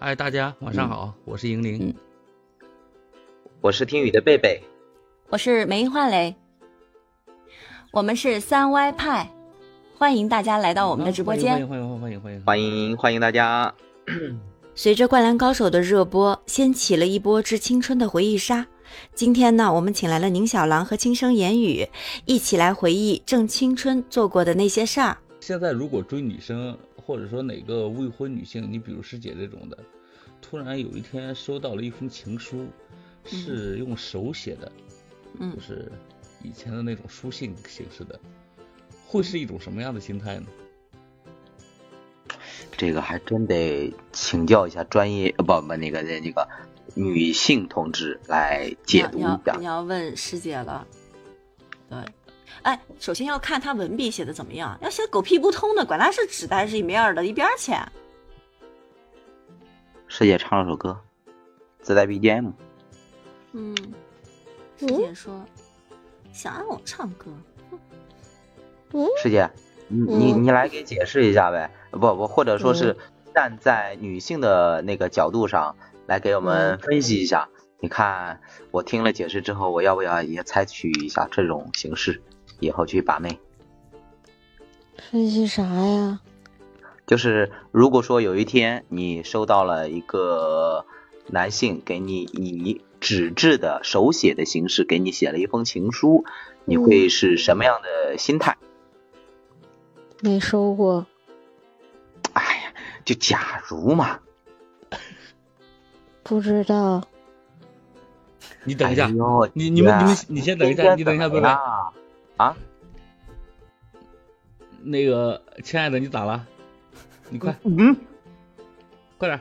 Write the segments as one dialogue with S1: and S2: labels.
S1: 哎，大家晚
S2: 嗯
S1: 上好，我是莹玲。
S3: 我是听雨的贝贝，
S2: 我是梅焕雷，我们是三歪派，欢迎大家来到我们的
S4: 嗯
S2: 直播间。
S1: 嗯欢迎欢迎欢迎欢迎
S3: 欢迎欢迎大家。
S4: 随着《灌篮高手》的热播，掀起了一波致青春的回忆杀。今天呢，我们请来了宁小郎和轻声言语，一起来回忆正青春做过的那些事儿。
S1: 现在如果追女生，或者说哪个未婚女性，你比如师姐这种的，突然有一天收到了一封情书，
S2: 嗯
S1: 是用手写的，
S4: 嗯
S1: 就是以前的那种书信形式的，会是一种什么样的心态呢？
S3: 这个还真得请教一下专业，呃不不，那个那个女性同志来解读一
S2: 你要
S3: 下
S2: 你。要问师姐了，对，哎，首先要看他文笔写的怎么样，要写得狗屁不通的，管他是纸的还是一面儿的，一边儿去。
S3: 师姐唱了首歌，自带 BGM。
S2: 嗯，师
S5: 哦
S2: 姐说、想让我唱歌，
S3: 师姐，你你
S5: 嗯
S3: 你来给解释一下呗，不不，或者说是
S2: 嗯
S3: 站在女性的那个角度上来给我们
S2: 嗯
S3: 分析一下。你看，我听了解释之后，我要不要也采取一下这种形式，以后去把妹？
S5: 分析啥呀？
S3: 就是如果说有一天你收到了一个男性给你以纸质的手写的形式给你写了一封情书，你会是什么样的心态？
S5: 没收过，
S3: 哎呀，就假如嘛，
S5: 不知道。
S1: 你等一下
S3: 哎，呦
S1: 你你们你们
S3: 姐
S1: 你先等一下
S3: 今天啊
S1: 你等一下
S3: 怎么
S1: 拜拜
S3: 啦
S1: 那个亲爱的，你咋了？你快
S3: 嗯，
S1: 快点，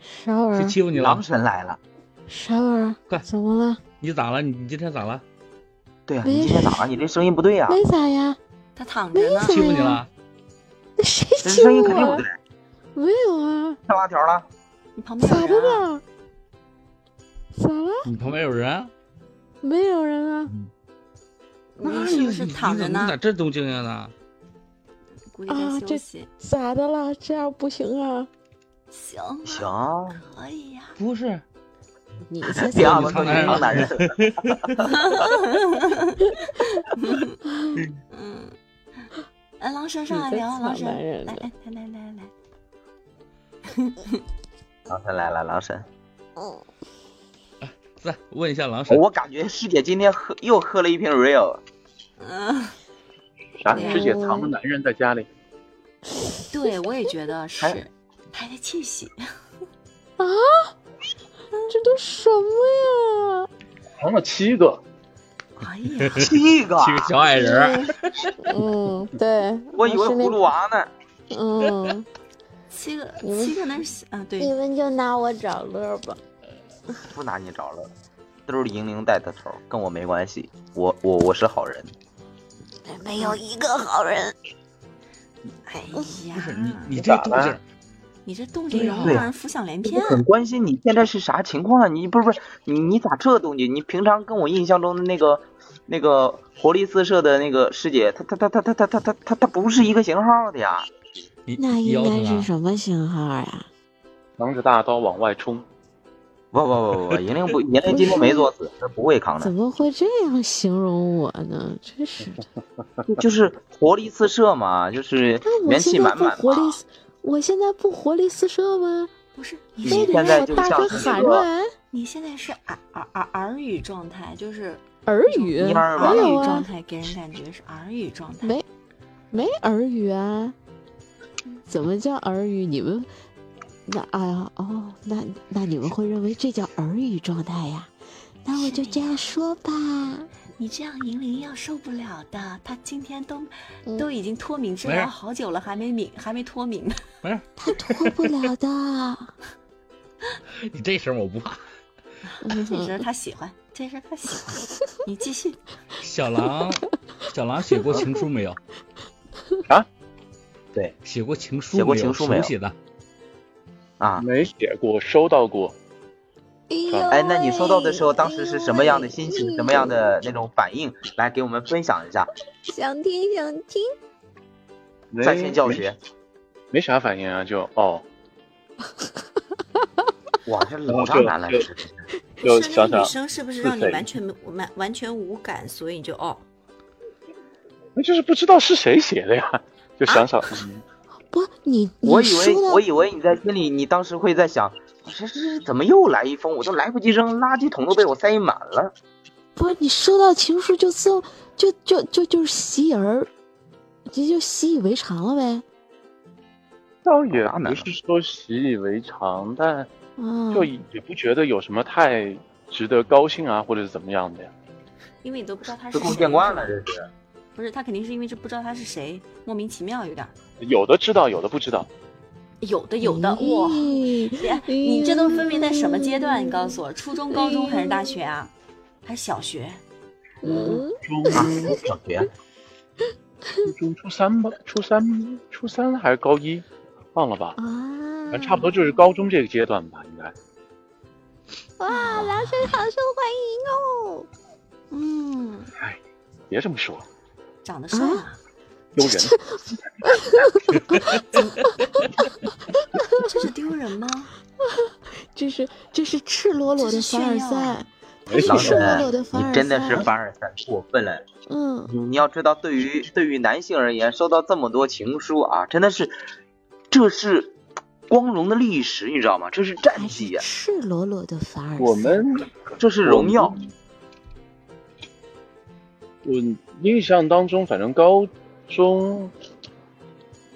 S5: 啥玩意
S1: 谁
S5: 儿？
S1: 欺负你了
S3: 狼？神来了。
S5: 啥玩意儿？
S1: 快
S5: 怎么了？
S1: 你咋了？你你今天咋了？
S3: 对呀、
S5: 没
S3: 你今天咋了？你这声音不对啊呀、
S5: 没咋呀？
S2: 他躺着呢
S5: 没。
S1: 欺负你
S5: 哎呀
S1: 了？
S5: 那谁
S3: 这
S5: 欺
S3: 声音
S5: 负
S3: 肯定不
S5: 我
S3: 对
S5: 了？，没有啊，
S3: 跳拉条了。
S2: 你旁边
S5: 咋
S2: 有
S5: 的
S2: 人啊、
S5: 了？咋了？
S1: 你旁边有人？
S5: 没有人啊，
S3: 嗯
S2: 你是哎不是躺着
S1: 你
S2: 呢
S1: 咋？这动静呀呢？
S2: 估计在
S5: 啊
S2: 休
S5: 这
S2: 息。
S5: 咋的了？这样不行 啊！
S2: 行啊，
S3: 行，
S2: 可以呀、
S1: 不是，
S5: 你才
S3: 第二
S1: 个
S3: 个
S1: 都
S3: 都
S1: 是
S3: 是
S1: 狼
S3: 狼
S1: 男
S3: 男人。
S2: 嗯，哎，狼神上来
S5: 你在
S2: 聊，
S5: 抢
S2: 狼神，
S5: 男人
S2: 来
S5: 的
S2: 来来来来来，
S3: 狼神来了，狼神。
S1: 再问一下狼神，
S3: 我感觉师姐今天喝又喝了一瓶 Real。
S2: 嗯，
S6: 啥？
S5: 哎
S2: 对
S6: 师姐藏着男人在家里，
S2: 对我也觉得是
S3: 还，
S2: 他的气息，
S5: 这都什么呀？
S6: 藏了七个。
S2: 哎呀，
S3: 七个，
S1: 欺负小矮人儿。
S5: 嗯，对，
S3: 我以为
S5: 是那
S3: 葫芦娃呢。
S5: 嗯，
S2: 七个
S5: 你们
S2: 七个那是啊，对，
S5: 你们就拿我找乐吧。
S3: 不拿你着了，都是莹莹带的头，跟我没关系。我我我是好人，
S4: 没有一个好人。
S2: 哎
S5: 嗯
S1: 不是你
S2: 呀，，
S1: 你这动静儿，
S2: 你这动静
S1: 对
S2: 容易
S3: 呀
S2: 让人浮想联翩啊
S3: 我。很关心你现在是啥情况啊？你不是不是你你咋这动静？你平常跟我印象中的那个那个活力四射的那个师姐，她她她她她她她她她她不是一个型号的呀？
S1: 你
S5: 那
S1: 你腰
S5: 应该
S1: 疼
S5: 是
S1: 啊？
S5: 什么型号呀？
S6: 扛着大刀往外冲，
S3: 不不不不， 莹莹不莹莹今天没作死，她不会扛
S5: 怎
S3: 的，
S5: 么会这样形容我呢？真是 的。
S3: 就是活力四射嘛，就是
S5: 那我
S3: 元
S5: 现
S3: 气
S5: 在
S3: 满
S5: 不
S3: 满
S5: 活
S3: 嘛。
S5: 力四，我现在不活力四射吗？
S2: 不是，你
S3: 你
S5: 非
S2: 是
S5: 得
S3: 现
S5: 让
S3: 在
S5: 我
S3: 就
S5: 大
S3: 像
S5: 声
S3: 是一
S5: 喊
S3: 个
S5: 出来？
S2: 你现在是儿儿儿儿语状态，就是
S5: 耳语？
S3: 蔫儿吧
S2: 儿
S5: 没有
S2: 语状
S5: 啊，
S2: 态，给人感觉是儿语状态。
S5: 没没耳语啊？怎么叫耳语？你们那哎呀哦，那那你们会认为这叫耳语状态呀？那我就这样说吧。
S2: 你这样银铃要受不了的，她今天都
S5: 嗯
S2: 都已经脱敏治
S1: 没事
S2: 疗好久了，还没敏，还没脱敏呢。
S1: 没事，
S5: 他脱不了的，
S1: 你这声我不怕。
S5: 嗯
S2: 这事
S5: 哼
S2: 儿她喜欢，这事儿她喜 欢。你继续，
S1: 小狼，小狼写过情书没有？
S6: 啊？
S3: 对，
S1: 写过情书没有，
S3: 写过情书没有
S1: 手写的。
S3: 啊！
S6: 没写过，收到过，
S3: 哎，那你收到的时候，当时是什么样的
S5: 哎呦
S3: 心情，
S5: 喂
S3: 什么样的那种反应？来给我们分享一下。
S5: 嗯想听想听。
S6: 没
S3: 哎在线教学，
S6: 没啥反应啊，就哦，
S3: 哇，这老丈难了，
S6: 就
S3: 这是
S6: 就是
S2: 那
S6: 想
S2: 个
S6: 想
S2: 女生是不是
S6: 是
S2: 让你
S6: 谁
S2: 完全没完完全无感，所以你就哦，
S6: 那哎就是不知道是谁写的呀， 就
S3: 啊
S6: 想想，嗯
S5: 不，你你
S3: 我以为
S5: 说
S3: 我
S5: 的
S3: 以为你在心里，你当时会在想，这这怎么又来一封？我都来不及扔，垃圾桶都被我塞满了。
S5: 不，你收到情书就这，就就就就是袭人，你就习以为常了呗。
S6: 倒也
S3: 当然
S6: 不
S3: 了
S6: 是说习以为常，但
S2: 嗯
S5: 啊，
S6: 就也不觉得有什么太值得高兴啊，或者是怎么样的呀。
S2: 因为你都不知道他是
S3: 司
S2: 谁
S3: 空见惯了，这是。
S2: 不是他肯定是因为这不知道他是谁，莫名其妙有点儿。
S6: 有的知道，有的不知道。
S2: 有的有的哇，
S5: 咦
S2: 哎你这都分别在什么阶段？你告诉我，初中、高中还是大学啊？还是小学？
S5: 嗯，
S6: 中
S3: 啊，我小学，
S6: 初中初三 吧，初三初三还是高一，忘了吧，
S5: 啊，
S6: 反正差不多就是高中这个阶段吧，应该。
S5: 哇，梁生好受欢迎哦。嗯，
S6: 别这么 说，
S2: 长得帅啊吗？
S6: 丢人。
S2: 这是丢人吗？
S5: 这是这是赤裸裸的
S2: 这是
S5: 凡尔
S2: 炫耀啊
S5: 赛，他
S6: 哎
S5: 是
S3: 狼
S5: 赤裸裸的
S3: 人，
S5: 凡尔
S3: 你
S5: 赛，
S3: 真的是凡尔赛，过分了。
S5: 嗯，
S3: 你要知道，对于对于男性而言，收到这么多情书啊，真的是，这是光荣的历史，你知道吗？这是
S5: 还
S3: 战绩
S5: 是
S3: 呀、
S5: 赤裸裸的凡尔赛。
S6: 我们
S3: 这是荣耀。
S6: 我印象当中，反正高中，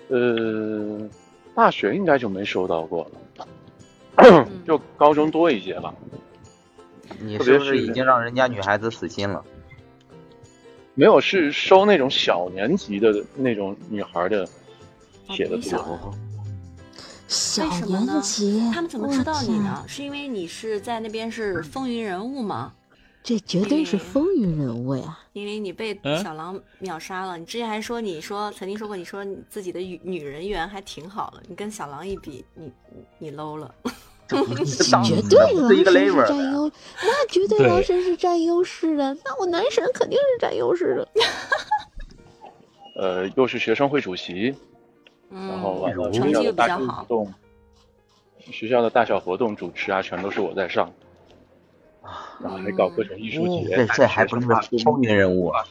S6: 呃，大学应该就没收到过了， 就高中多一些吧。
S3: 你
S6: 特
S3: 是
S6: 别
S3: 不是
S6: 是
S3: 已经让人家女孩子死心 了？
S6: 没有是收那种小年级的那种女孩的写的
S2: 比你小
S6: 多，
S5: 小
S2: 为什么呢
S5: 年级，
S2: 他们怎么
S5: 我
S2: 知道你
S5: 天？
S2: 呢？是因为你是在那边是风云人物吗？
S5: 这绝对是
S2: 嗯
S5: 风云人物呀！
S2: 因为你被
S1: 嗯
S2: 小狼秒杀了。你之前还说，你说曾经说过，你说你自己的女女人缘还挺好了。你跟小狼一比，你你你 low 了。
S3: 这不是
S5: 这
S3: 当
S5: 绝
S3: 你
S5: 对
S3: 的不是一个
S5: 狼神是
S3: level
S5: 占
S3: 的。
S5: 优，那绝对
S1: 对
S5: 狼神是占优势的，那我男神肯定是占优势的。
S6: 呃，又是学生会主席，
S2: 嗯，
S6: 然后完了
S2: 成
S6: 学
S2: 绩
S6: 校
S2: 又
S6: 的
S2: 比
S6: 大
S2: 较
S6: 型活
S2: 好。
S6: 动，学校的大小活动主持啊，全都是我在上，然后还搞各种艺术节，
S3: 啊嗯这这还不是风云人物 啊？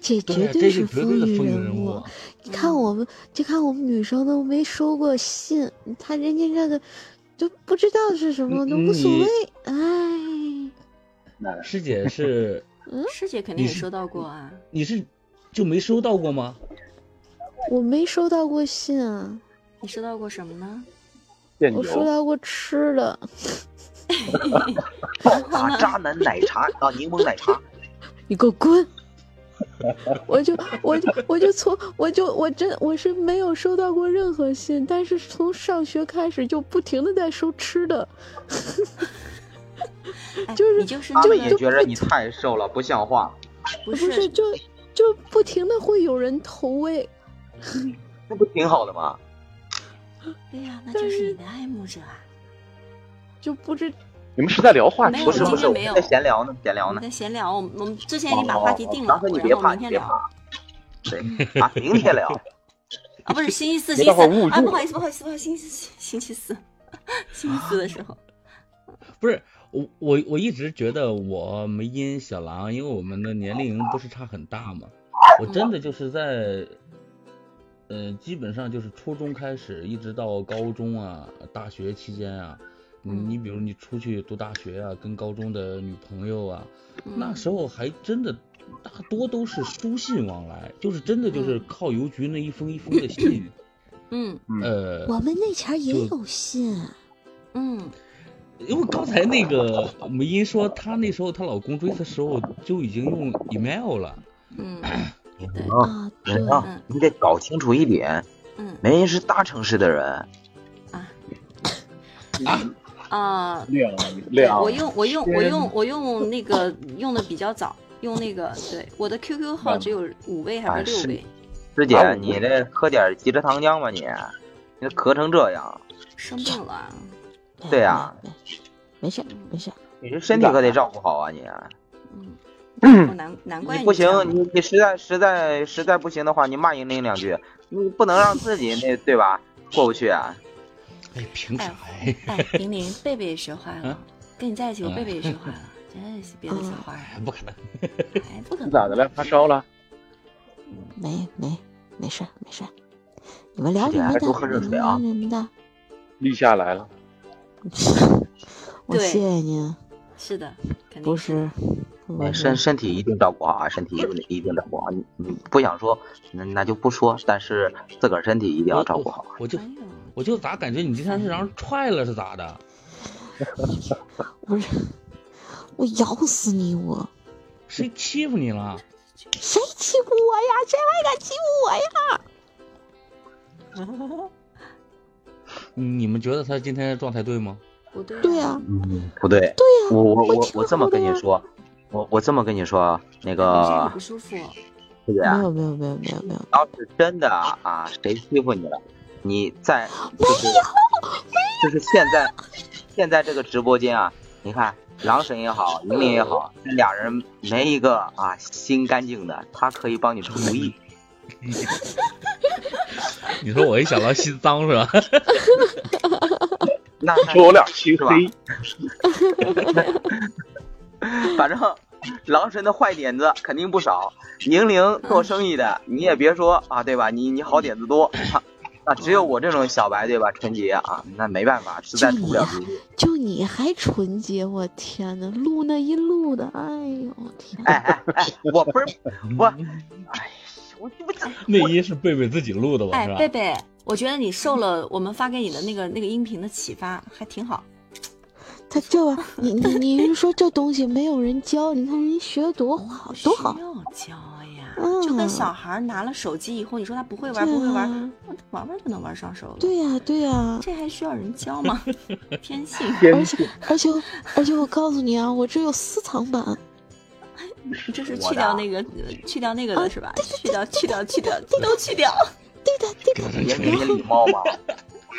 S5: 这绝
S1: 这
S5: 是
S1: 是绝对的
S5: 云
S1: 风云
S5: 人
S1: 人物
S5: 物
S1: 啊。。
S5: 你看我们，就看我们女生都没收过信，他人家这个都不知道是什么，都无所
S1: 你
S5: 谓。哎，
S1: 师姐是，
S2: 师姐肯定
S1: 你
S2: 也
S1: 是
S2: 收到过啊。
S1: 你是就没收到过吗？
S5: 我没收到过信啊，
S2: 你收到过什么呢？
S6: 电
S5: 我收
S6: 邮，
S5: 到过吃的。
S3: 暴 打渣男奶茶啊，柠檬奶茶。
S5: 你给我滚！ 我就我就我就从我就我真我是没有收到过任何信，但是从上学开始就不停的在收吃的，
S2: 哎
S5: 就是
S2: 你就是
S3: 他
S2: 那
S3: 们
S2: 个
S3: 也觉得你太瘦了，不像话。
S2: 不
S5: 不
S2: 是
S5: 是就就不停的会有人投喂，
S3: 那不挺好的吗？
S2: 对呀、那就是你的爱慕者啊。
S5: 就不知
S6: 你们是在聊话题
S2: 没有
S3: 不是
S2: 今
S3: 不
S6: 吗？
S3: 是，
S2: 天
S3: 我
S2: 没有
S3: 们在闲聊呢，闲
S2: 我
S3: 聊
S2: 们
S3: 呢。
S2: 在闲聊，我们我们之前已经把话题定了，
S3: 然后你别
S2: 然后
S3: 怕，
S2: 明
S3: 你
S2: 天
S3: 别
S2: 聊
S3: 怕。对啊，明天 聊。
S2: 啊，不是星期四，
S6: 别
S2: 星
S6: 待
S2: 期
S6: 会儿误入
S2: 四啊，不好意思，不好意思，不好意思，星期四，星期四， 星期四的时候，
S1: 不是，我我我一直觉得我没阴小狼，因为我们的年龄不是差很大嘛。我真的就是在，呃，基本上就是初中开始，一直到高中啊、大学期间啊，你
S2: 嗯
S1: 你比如你出去读大学啊，跟高中的女朋友啊，那
S2: 嗯
S1: 时候还真的大多都是书信往来，就是真的就是
S2: 嗯
S1: 靠邮局那一封一封的信，
S2: 嗯
S1: 呃，
S5: 我们那前儿也
S1: 就
S5: 有信，
S2: 嗯，
S1: 因为刚才那个梅英说，她那时候她老公追她的时候就已经用 email 了，
S2: 嗯
S3: 嗯
S5: 啊，对
S3: 人啊，你得搞清楚一点，
S2: 嗯
S3: 梅人是大城市的人，
S2: 啊，
S6: 亮
S2: 对
S6: 亮，
S2: 我用我用我用我用那个用的比较早，用那个对我的 QQ 号只有五位还
S3: 啊
S2: 是六
S3: 是
S2: 位？
S3: 师
S6: 啊
S3: 姐，
S6: 我
S3: 你这喝点急着糖浆吧你，你这咳成这样，
S2: 生病了啊，
S3: 对呀
S5: 没，没事没事，
S3: 你这身体可得照顾好啊你。
S2: 嗯，我难难怪
S3: 你不
S2: 这样
S3: 行，你你实在实在实在不行的话，你骂莹莹两句，你不能让自己那对吧过不去啊。
S1: 哎，凭啥
S2: 哎
S1: 呀？
S2: 哎，玲玲，贝贝也学坏了，
S1: 啊
S2: 跟你在一起，我
S1: 啊
S2: 贝贝也学坏了，真是别的小花
S1: 哎
S2: 儿，
S1: 不可能，
S2: 哎，不可能。
S6: 你咋的了？发烧了？
S5: 没没没事儿没事儿，你们聊
S3: 快
S5: 你
S3: 点
S5: 们的，
S3: 多喝热
S5: 你
S3: 水
S5: 们
S3: 啊
S5: 聊你们的。
S6: 立夏来了，
S5: 我
S2: 对
S5: 谢谢您，
S2: 是的，肯定
S5: 不是，我
S3: 哎身
S5: 是
S3: 身体一定照顾好啊，身体一定一定照顾好。你你不想说，那那就不说，但是自个儿身体一定要
S1: 我
S3: 照顾
S1: 我
S3: 好。
S1: 我就
S2: 哎呦，
S1: 我就咋感觉你这天是让人踹了是咋的？
S5: 不是，我咬死你我！
S1: 谁欺负你了？
S5: 谁欺负我呀？谁还敢欺负我呀？
S1: 你们觉得他今天的状态对吗？
S2: 不对，啊
S5: 对啊呀、，
S3: 嗯，不对，
S5: 对呀、
S3: 我我我
S5: 听
S3: 我这么
S5: 到
S3: 跟
S5: 的
S3: 你
S5: 呀
S3: 说，我我这么跟你说，那
S2: 身
S3: 个
S2: 体不舒服，
S3: 这个呀
S5: 没，有没有没有没有没有，
S3: 要是真的啊啊，谁欺负你了，你在就是就是现在现在这个直播间啊，你看狼神也好，玲玲也好，这俩人没一个啊心干净的，他可以帮你出主意。
S1: 你说我一想到心脏是吧？
S3: 那
S6: 你 说我俩心
S3: 是吧
S6: 黑，
S3: 反正狼神的坏点子肯定不少。宁宁做生意的，你也别说啊，对吧？你你好点子多， 啊那只有我这种小白，对吧？纯洁啊，那没办法，实在出不了主意。
S5: 就你还纯洁，我天呐，录那一路的，哎呦天
S3: 哎哎哎，我不是我，哎呀，我我
S1: 内衣是贝贝自己录的吧？
S2: 哎
S1: 是，吧
S2: 贝？贝，我觉得你受了我们发给你的那个那个音频的启发，还挺好。
S5: 他 这玩意儿，你你你是说这东西没有人教？你看人家学得多哦好，多好
S2: 需！要教呀，
S5: 嗯
S2: 就跟小孩儿拿了手机以后，你说他不会玩，
S5: 对
S2: 不会
S5: 啊
S2: 玩，那他玩玩就能玩上手了。
S5: 对呀、对呀、
S2: 这还需要人教吗？天性，
S6: 天
S5: 而且而且我而且我告诉你啊，我这有私藏版，
S2: 你这是
S3: 我
S2: 去
S3: 的
S2: 掉
S3: 啊
S2: 那个，呃去掉那个
S5: 啊
S2: 的是吧？去掉，去掉，去掉，都去掉。
S5: 对的对 的。
S3: 也给你礼貌嘛。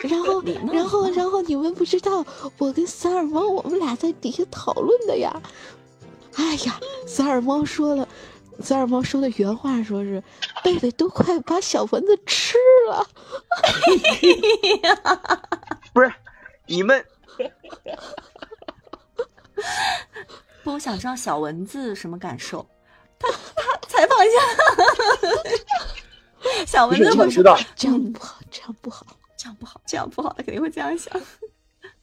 S5: 然后
S2: 礼貌
S5: 然后然后你们不知道，我跟三耳猫我们俩在底下讨论的呀。哎呀，三耳猫说了，三耳猫说的原话说是，贝贝都快把小蚊子吃了。
S3: 不是，你 们
S2: 不，我想知道小蚊子什么感受。他他采访一下，小
S6: 不
S2: 蚊
S6: 是
S2: 子
S6: 我
S2: 会
S6: 知
S2: 说
S6: 道，
S5: 这样不好，这样不好。
S2: 这样不好，这样不好，他肯定会这样想。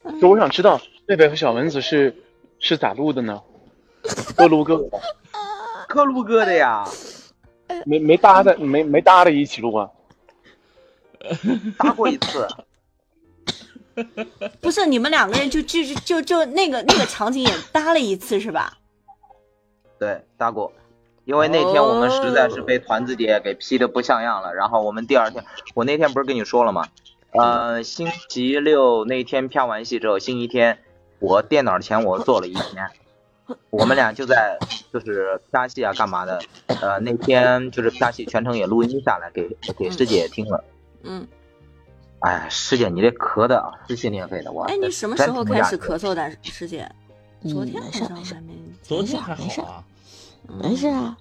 S2: 嗯
S6: 就我想知道贝贝和小蚊子是是咋录的呢？ 各录各的吧，
S2: 呃
S3: 各路各的呀，
S6: 没没搭的，没没搭的一起录啊。
S3: 打过一 次，
S2: 不是你们两个人就就就就就那个那个场景也搭了一次是吧？
S3: 对，搭过。因为那天我们实在是被团子姐
S2: 哦
S3: 给批的不像样了，然后我们第二天，我那天不是跟你说了吗？
S2: 嗯
S3: 呃，星期六那天票完戏之后，星期天我电脑前我坐了一天，我们俩就在 就是啪戏啊干嘛的，呃，那天就是啪戏全程也录音下来给给师姐也听了。
S2: 嗯，
S3: 哎，师姐你这咳的啊，撕心裂肺的，我
S2: 哎，你什么时候开始咳嗽的，师姐？昨天好
S5: 没事
S2: 像
S5: 没事
S2: 还没，
S1: 昨天还
S5: 没事
S1: 好啊，
S5: 没
S2: 嗯
S5: 事啊，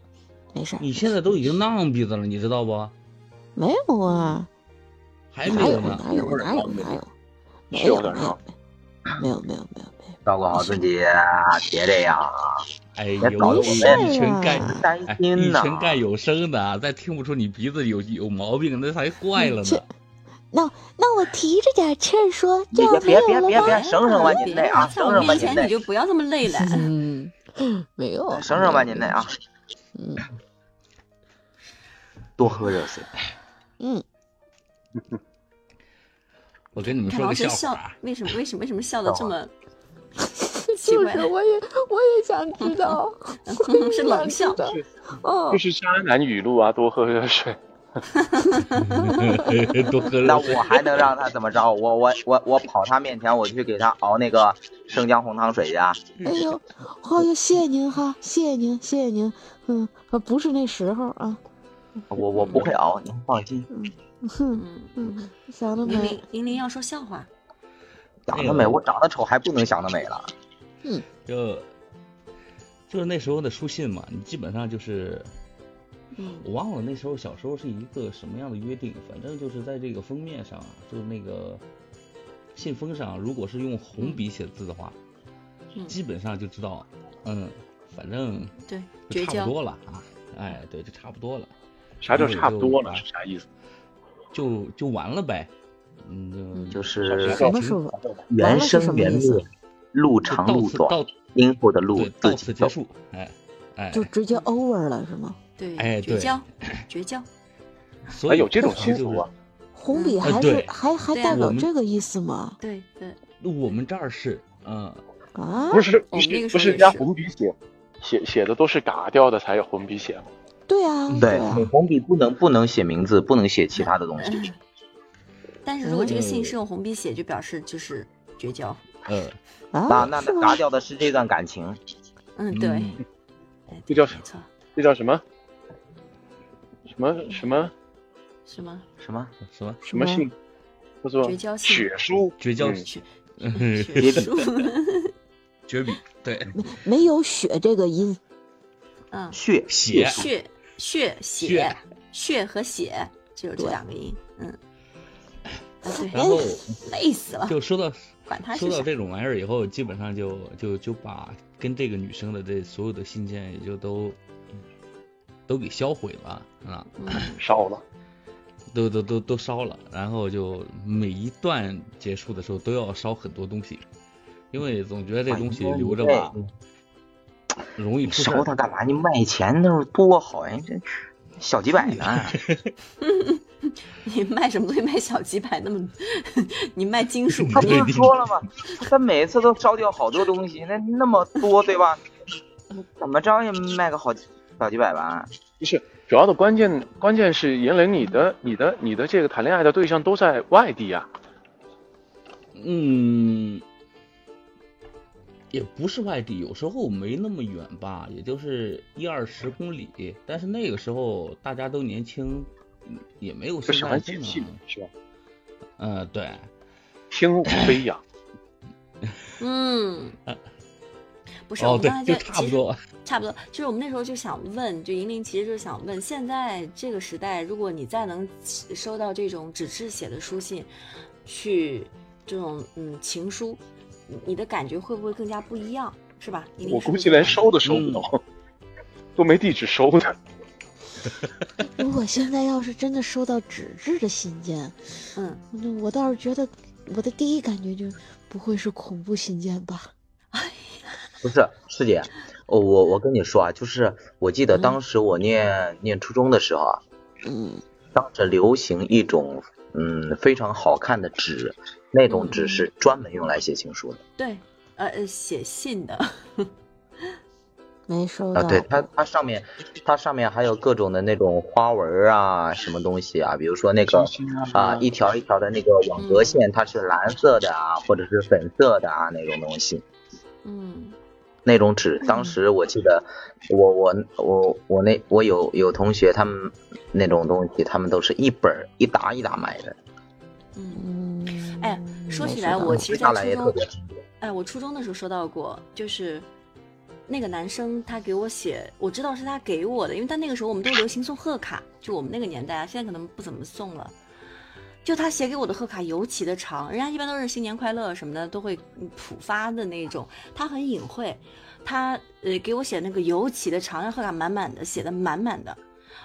S5: 没事，
S1: 你现在都已经那样鼻子了，你知道不？
S5: 没有啊，
S1: 还
S5: 哪
S1: 哎没
S5: 有
S1: 有呢。
S5: 哪有哪有哪有，没有没有没有没有没有没有没有。
S3: 照顾好自己啊，别这样啊，
S1: 哎呦，
S3: 别搞得我
S1: 一
S5: 们
S1: 群盖
S3: 担
S1: 哎一
S3: 心呐、
S1: 群盖有声的啊，再听不出你鼻子有有毛病，那才怪了呢
S5: 这。那那我提着点气儿说，这
S3: 你
S5: 样
S3: 别
S5: 没
S3: 别别
S5: 有了
S3: 别
S5: 吧
S3: 别省省吧您
S2: 别
S3: 累啊，
S2: 哎在
S3: 省
S2: 我
S3: 省吧
S2: 面
S3: 您
S2: 前你
S3: 累，
S2: 就不要这么累 了。哎
S5: 嗯， 没有啊，
S3: 省省吧
S5: 没有
S3: 您累啊，，
S5: 嗯
S3: 多喝热水。
S5: 嗯，
S1: 我跟你们
S2: 看
S1: 说
S2: 王
S1: 个
S2: 晨
S1: 笑
S2: 笑
S1: 话啊，，
S2: 为什么为什么为什么笑的这么奇
S5: 就
S2: 怪，
S5: 是？我也我也想知 道
S2: 是冷笑哦
S5: 嗯
S6: 就，是渣男语录啊，多喝热水。
S1: 啊多喝
S3: 那
S1: 热水
S3: 我。还能让他怎么着？我我我我跑他面前，我去给他熬那个生姜红糖水去啊！
S5: 哎呦，好哟，谢谢您哈，谢谢您，谢谢您，嗯，呃不是那时候啊，
S3: 我我不会熬，您放心。
S5: 哼，
S2: 嗯，
S5: 嗯，想得
S2: 玲
S5: 美
S2: 玲，玲玲要说笑话，
S3: 长得美，我长得丑还不能想得美了。
S1: 就就是那时候的书信嘛，你基本上就是，
S2: 嗯
S1: 我忘了那时候小时候是一个什么样的约定，反正就是在这个封面上啊，就是那个信封上如果是用红笔写字的话，
S2: 嗯
S1: 基本上就知道，嗯，反正
S2: 对，
S1: 就
S2: 绝
S1: 差
S2: 交
S1: 不。多了啊，哎，对，就差不多了，
S6: 啥叫差不多了？是啥意思？
S1: 就就完了呗，嗯，
S3: 就
S6: 啥
S3: 是
S6: 叫
S5: 什么时候
S3: 原
S5: 完了是什
S3: 声
S5: 么
S3: 原
S5: 意思
S3: 灭，路
S1: 就
S3: 长
S1: 到
S3: 路
S1: 此到
S3: 短，音符的路
S1: 对
S3: 自
S1: 到
S3: 己
S1: 此
S3: 走
S1: 结。束，哎哎，
S5: 就直接 over 了是吗？
S2: 对，
S1: 哎
S2: 绝
S1: 对
S2: 交，绝交。
S1: 所
S6: 哎，
S1: 以
S6: 有这种
S1: 可能
S6: 习
S1: 就
S6: 俗
S1: 是
S6: 啊？
S5: 红笔
S2: 嗯
S1: 呃
S5: 还
S1: 对
S5: 是还还
S2: 对啊
S5: 代表
S1: 我们
S5: 这个意思吗？
S2: 对对，
S1: 我们这儿是，嗯，
S5: 啊，
S6: 不是，
S2: 我
S6: 不
S2: 们哦那个时候
S6: 是，不是，
S2: 也
S6: 人家
S2: 是
S6: 红笔写，写写的都是嘎掉的才有红笔写嘛。
S5: 对啊，
S1: 嗯
S3: 对
S5: 啊，，
S3: 红笔不能不能写名字，不能写其他的东西。
S2: 嗯但是如果这个信
S1: 嗯
S2: 是用红笔写，就表示就是绝交。
S1: 呃，
S3: 那
S5: 啊，
S3: 那
S5: 是吗
S3: 拿掉的是这段感情，
S2: 嗯，对，
S1: 嗯
S2: 哎
S6: 这叫
S2: 没错，
S6: 这叫什么？什么什么
S2: 是
S3: 什
S2: 吗？
S3: 么
S1: 什么
S6: 什么
S5: 什么
S6: 信？叫做
S2: 绝交信
S6: 血书。
S1: 绝交
S6: 嗯
S2: 学
S1: 嗯
S2: 学术，
S1: 绝笔，对，
S5: 没有血这个音，
S2: 嗯，
S3: 血
S1: 血
S2: 血血血
S1: 血
S2: 血和血就有这
S5: 对
S2: 两个音， 嗯。啊对，
S1: 然后
S2: 累死 了，
S1: 就说到
S2: 管 他
S1: 说
S2: 是
S1: 到
S2: 啥，
S1: 这种玩意儿以后，基本上就就就把跟这个女生的这所有的信件也就都嗯都给销毁了啊，
S6: 烧了。
S1: 都都都都烧了，然后就每一段结束的时候都要烧很多东西，因为总觉得这东西留着吧，容易
S3: 你
S1: 出事儿
S3: 烧它干嘛？你卖钱那多好呀！这小几百 呢，
S2: 你卖什么东西卖小几百那么， 你卖金属
S3: 他
S2: 吗
S3: 不是说了吗？他每次都烧掉好多东西，那那么多对吧？怎么着也卖个好几小几百吧？
S6: 不是，主要的关键关键是严玲，你的你的你的这个谈恋爱的对象都在外地啊，
S1: 嗯，也不是外地，有时候没那么远吧，也就是一二十公里。但是那个时候大家都年轻，嗯也没有
S6: 这
S1: 现
S6: 是
S1: 在
S6: 很
S1: 这
S6: 解
S1: 么
S6: 气的，是吧？
S1: 嗯，对，
S6: 天无飞扬，
S2: 嗯，不是，我
S1: 啊哦
S2: 们
S1: 对
S2: 刚才，
S1: 就
S2: 就
S1: 差
S2: 其
S1: 不
S2: 实
S1: 多。
S2: 差不多，就是我们那时候就想问，就银铃其实就是想问，现在这个时代，如果你再能收到这种纸质写的书信，去这种嗯情书，你你的感觉会不会更加不一样，是吧？银铃
S6: 我
S2: 是不
S6: 估
S2: 是
S6: 计
S2: 这
S6: 连
S2: 样
S6: 收都收不到，
S2: 嗯
S6: 都没地址收的。
S5: 如果现在要是真的收到纸质的信件，
S2: 嗯
S5: 那我倒是觉得我的第一感觉就不会是恐怖信件吧？
S3: 不是，师姐，我我我跟你说啊，就是我记得当时我念、念初中的时候啊，
S5: 嗯，
S3: 当时流行一种嗯非常好看的纸，那种纸是专门用来写情书的、
S2: 对，呃呃，写信的，
S5: 没收
S3: 啊。
S2: 嗯
S5: 到。
S3: 对，它它上面它上面还有各种的那种花纹啊，什么东西啊，比如说那个
S6: 星星啊
S3: 啊
S2: 嗯
S3: 一条一条的那个网格线，它是蓝色的啊，或者是粉色的啊那种东西。
S2: 嗯
S3: 那种纸，当时我记得我，我我我我那我有有同学，他们那种东西，他们都是一本儿一沓一沓买的，
S2: 嗯。
S5: 嗯，
S2: 哎说
S5: 没
S2: 起
S5: 收
S2: 来
S5: 到
S2: 我其实
S3: 下来
S2: 在初
S3: 也特
S2: 中
S3: 别，
S2: 哎，我初中的时候收到过，就是那个男生他给我写，我知道是他给我的，因为他那个时候我们都流行送贺卡，就我们那个年代啊，现在可能不怎么送了。就他写给我的贺卡尤其的长，人家一般都是新年快乐什么的都会嗯普发的那种，他很隐晦，他呃给我写那个尤其的长，让贺卡满满的写的满满的，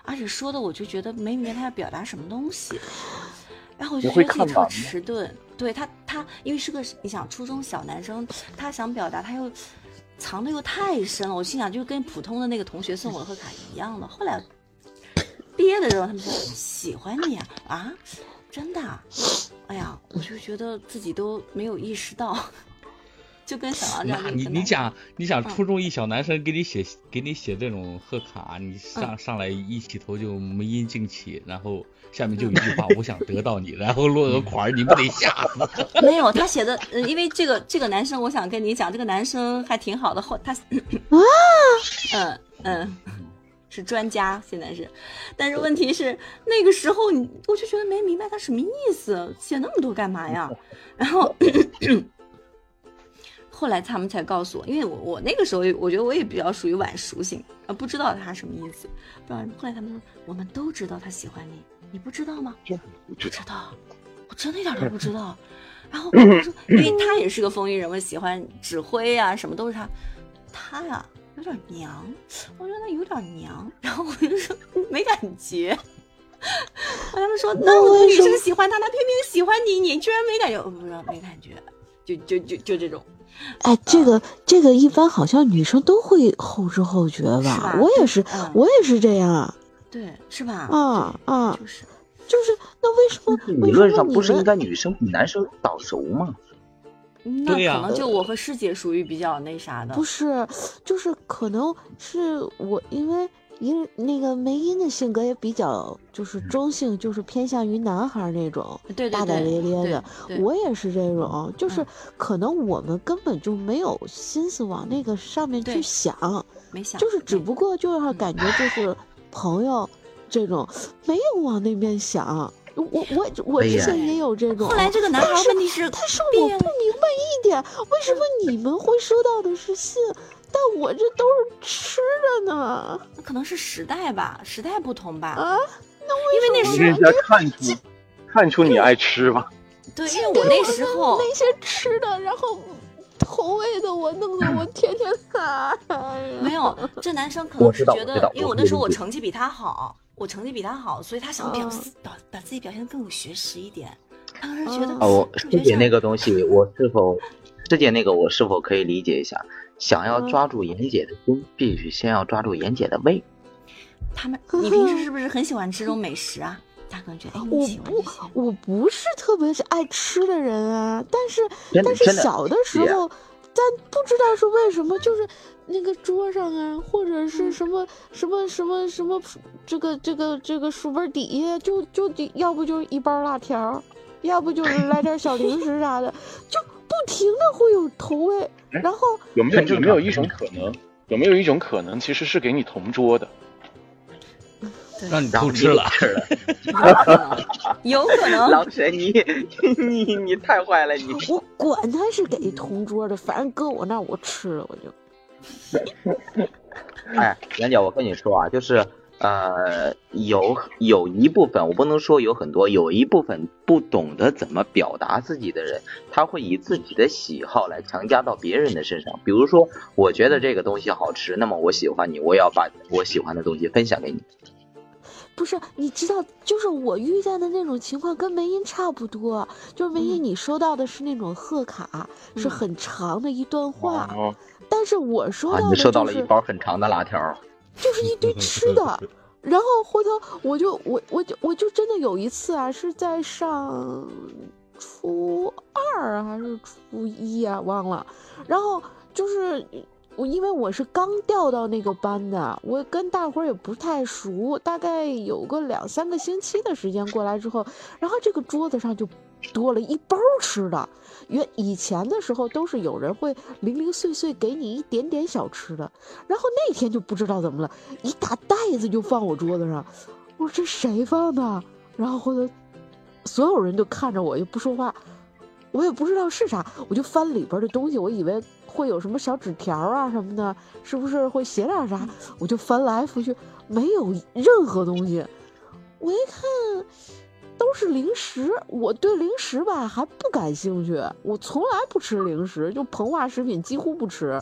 S2: 而且说的我就觉得没明白他要表达什么东西，然后我就
S6: 你
S2: 觉
S6: 会
S2: 得自己
S6: 看
S2: 特
S6: 版吗
S2: 迟钝。对他，他因为是个你想初中小男生，他想表达他又藏的又太深了，我心想就跟普通的那个同学送我的贺卡一样的。后来 憋的时候，他们说喜欢你啊啊，真的啊、哎呀，我就觉得自己都没有意识到， 就跟小
S5: 啊
S2: 王这样
S1: 那
S2: 的一个
S1: 你
S2: 男
S1: 你
S2: 生
S1: 想你想
S2: 嗯
S1: 初中一小男生给你写给你写这种贺卡，你
S5: 嗯
S1: 上上来一起头就眉音静气，然后下面就一句话，
S5: 嗯
S1: 我想得到你，然后落个款儿，你不得吓死？
S2: 没有，他写的，呃，因为这个这个男生，我想跟你讲，这个男生还挺好的，后他，嗯嗯，是专家，现在是，但是问题是那个时候你，我就觉得没明白他什么意思，写那么多干嘛呀？然后后来他们才告诉我，因为我我那个时候我觉得我也比较属于晚熟型，呃，不知道他什么意思，不知道。后来他们说，我们都知道他喜欢你，你不知道吗？
S6: 这不
S2: 不
S6: 知
S2: 知
S6: 道
S2: 道，我真的一点都不知道。然后他说，因为他也是个风云人物，喜欢指挥啊，什么都是他。他呀、有点娘，我觉得有点娘。然后我就说没感觉。后来他们说，那我的女生喜欢他，他偏偏喜欢你，你居然没感觉？我不知道，没感觉，就就就就这种。
S5: 哎，这个这个一般好像女生都会后知后觉吧？
S2: 是吧
S5: 我也是，
S2: 嗯
S5: 我也是这样啊
S2: 对，是吧？
S5: 啊啊！
S2: 就是
S5: 就是那为什么？
S3: 理
S5: 为
S3: 论
S5: 什么
S3: 上不
S5: 你
S3: 是应
S5: 们
S3: 该女生比男生早熟吗？
S2: 那
S1: 对呀
S2: 可能就我和师姐属于比较那啥的
S5: 不。是，就是可能是我因为因那个梅英的性格也比较就是
S3: 嗯
S5: 中性，就是偏向于男孩儿那种
S2: 对对
S5: 大大咧咧的。
S2: 对，
S5: 我也是这种，就是
S2: 嗯
S5: 可能我们根本就没有心思往那个上面
S2: 对
S5: 去想，
S2: 没想，
S5: 就是只不过就是
S2: 嗯
S5: 感觉就是朋友这种，没有往那边想。我我我
S3: 哎
S5: 之
S3: 呀
S5: 前也有这种，
S2: 后来这个男孩
S5: 但
S2: 儿
S5: 是
S2: 问题是
S5: 但是我不
S2: 变
S5: 明
S2: 了
S5: 白一点，为什么你们会收到的是信，但我这都是吃的呢？
S2: 那可能是时代吧，时代不同吧。
S5: 啊，
S2: 因为那
S6: 你
S2: 时
S6: 人
S2: 候，
S6: 家看出看出你爱吃吧？
S2: 对，因为我那时候，
S5: 那些吃的，然后投喂的我，弄得我天天拿。哎呀
S2: 没有，这男生可能
S3: 我知
S2: 是
S3: 道
S2: 觉
S3: 我知道
S2: 得，因为
S3: 我
S2: 我
S3: 可以
S2: 那时候我
S3: 理解
S2: 成绩比他好，我成绩比他好，所以他想表
S5: 嗯
S2: 表把自己表现得更有学识一点。他可能觉得
S5: 嗯
S3: 啊，我
S2: 我
S3: 师
S2: 觉得这
S3: 姐
S2: 样
S3: 那个东西，我是否师姐那个我是否可以理解一下？想要
S5: 嗯
S3: 抓住妍姐的心，必须先要抓住妍姐的胃。
S2: 他
S5: 啊
S2: 们，你平时是不是很喜欢吃这种美食啊？他可能觉得，哎，你
S5: 我
S2: 喜欢这
S5: 不
S2: 些。，
S5: 我不是特别是爱吃的人啊，但是
S3: 真的
S5: 但是
S3: 真的
S5: 小的时
S3: 姐
S5: 候，但不知道是为什么，就是那个桌上啊，或者是什么、什么什么什么，这个这个这个书本底下就就得要不就是一包辣条，要不就是来点小零食啥的，就不停的会有投喂，
S6: 哎
S5: 然后
S6: 有没有
S3: 很正
S6: 有没有
S3: 常
S6: 一种可能？有没有一种可能其实是给你同桌的？
S1: 让你
S3: 然后
S1: 偷
S3: 你
S1: 吃了。
S3: 吃了，
S2: 有可能，有可能，
S3: 狼神你你你太坏了你！
S5: 我管他是给同桌的，反正搁我那儿我吃了我就。
S3: 哎，袁姐，我跟你说啊，就是呃，有有一部分，我不能说有很多，有一部分不懂得怎么表达自己的人，他会以自己的喜好来强加到别人的身上。比如说，我觉得这个东西好吃，那么我喜欢你，我也要把我喜欢的东西分享给你。
S5: 不是，你知道，就是我遇见的那种情况跟梅音差不多，就是梅音你收到的是那种贺卡，是
S2: 嗯
S5: 很长的一段话，
S6: 哦，
S5: 但是我收
S3: 啊，
S5: 到
S3: 你
S5: 的
S3: 收到
S5: 就
S3: 了一
S5: 是
S3: 包很长的辣条，
S5: 就是一 堆吃的。然后回头我就我我就我就真的有一次啊，是在上初二啊还是初一啊，忘了。然后就是我因为我是刚调到那个班的，我跟大伙儿也不太熟，大概有个两三个星期的时间过来之后，然后这个桌子上就多了一包吃的。原以前的时候都是有人会零零碎碎给你一点点小吃的，然后那天就不知道怎么了，一大袋子就放我桌子上，我说这谁放的？然后后来所有人就看着我，就不说话，我也不知道是啥，我就翻里边的东西，我以为会有什么小纸条啊什么的，是不是会写点啥？我就翻来覆去，没有任何东西。我一看，都是零食，我对零食吧还不感兴趣，我从来不吃零食，就膨化食品几乎不吃。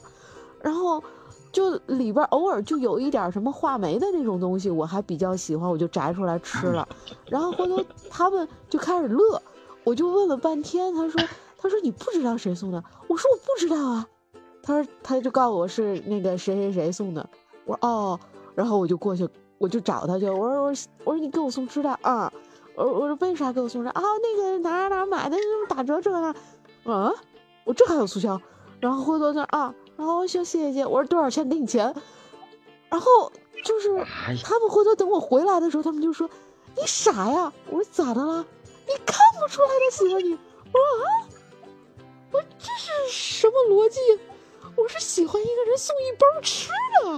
S5: 然后就里边偶尔就有一点什么话梅的那种东西，我还比较喜欢，我就摘出来吃了。然后回头他们就开始乐，我就问了半天，他说他说你不知道谁送的，我说我不知道啊。他说他就告诉我是那个谁谁谁送的，我说哦，然后我就过去，我就找他去，我说我说我说你给我送吃的啊，我我说为啥给我送吃的啊？那个哪儿哪儿买的，什么打折这那，啊，我这还有促销，然后回头就啊，然后行谢谢，我说多少钱给你钱，然后就是
S3: 哎呀，
S5: 他们回头等我回来的时候，他们就说你傻呀，我说咋的了？你看不出来他喜欢你，我说啊，我说这是什么逻辑？我是喜欢一个人送一包吃的，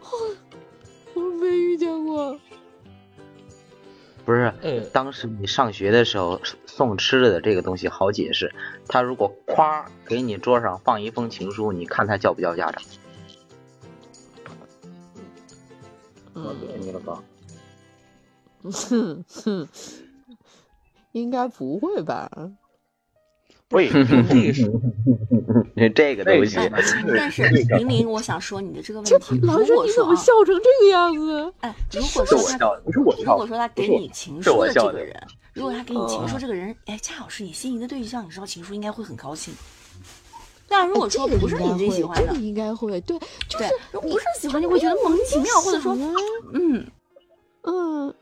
S5: 哦我说没遇见过。
S3: 不是。
S1: 呃，
S3: 当时你上学的时候送吃的这个东西好解释，他如果夸给你桌上放一封情书，你看他叫不叫家长？
S5: 嗯
S6: 你了吧？
S5: 嗯 哼哼，应该不会吧？
S6: 喂，
S1: 这个是
S3: 这个东西
S6: 哎，
S2: 嗯但是玲玲，我想说你的这个问题，
S5: 老
S2: 如
S5: 师
S2: 果
S5: 你怎
S2: 说
S5: 么
S2: 啊
S5: 笑成这个样子？
S2: 哎，如果
S3: 是
S2: 说
S3: 我
S2: 他
S3: 笑的，
S6: 不是我
S2: 如
S6: 笑
S2: 果
S6: 的，
S2: 说他给
S6: 不是我
S2: 你情
S3: 是
S2: 书
S3: 我
S2: 的这
S3: 笑
S2: 个
S3: 的
S2: 人，如果他给你情书
S3: 哦
S2: 这个人，哎，恰好是你心仪的对象，你收到情书应该会很高兴。但如果说
S5: 这个
S2: 不是
S5: 应该
S2: 你最
S5: 会
S2: 喜欢
S5: 这
S2: 的
S5: 个，应该会，对，就
S2: 对
S5: 是，
S2: 如果不是喜欢你会觉得莫名其妙，或者说
S5: 想啊
S2: 嗯，
S5: 嗯，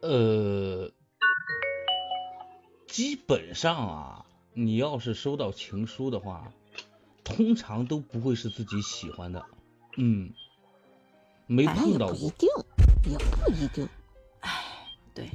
S1: 呃，基本上啊，你要是收到情书的话，通常都不会是自己喜欢的，嗯，没
S5: 哎，也
S1: 碰到
S5: 不一
S1: 过。
S5: 定，也不一定。
S2: 对，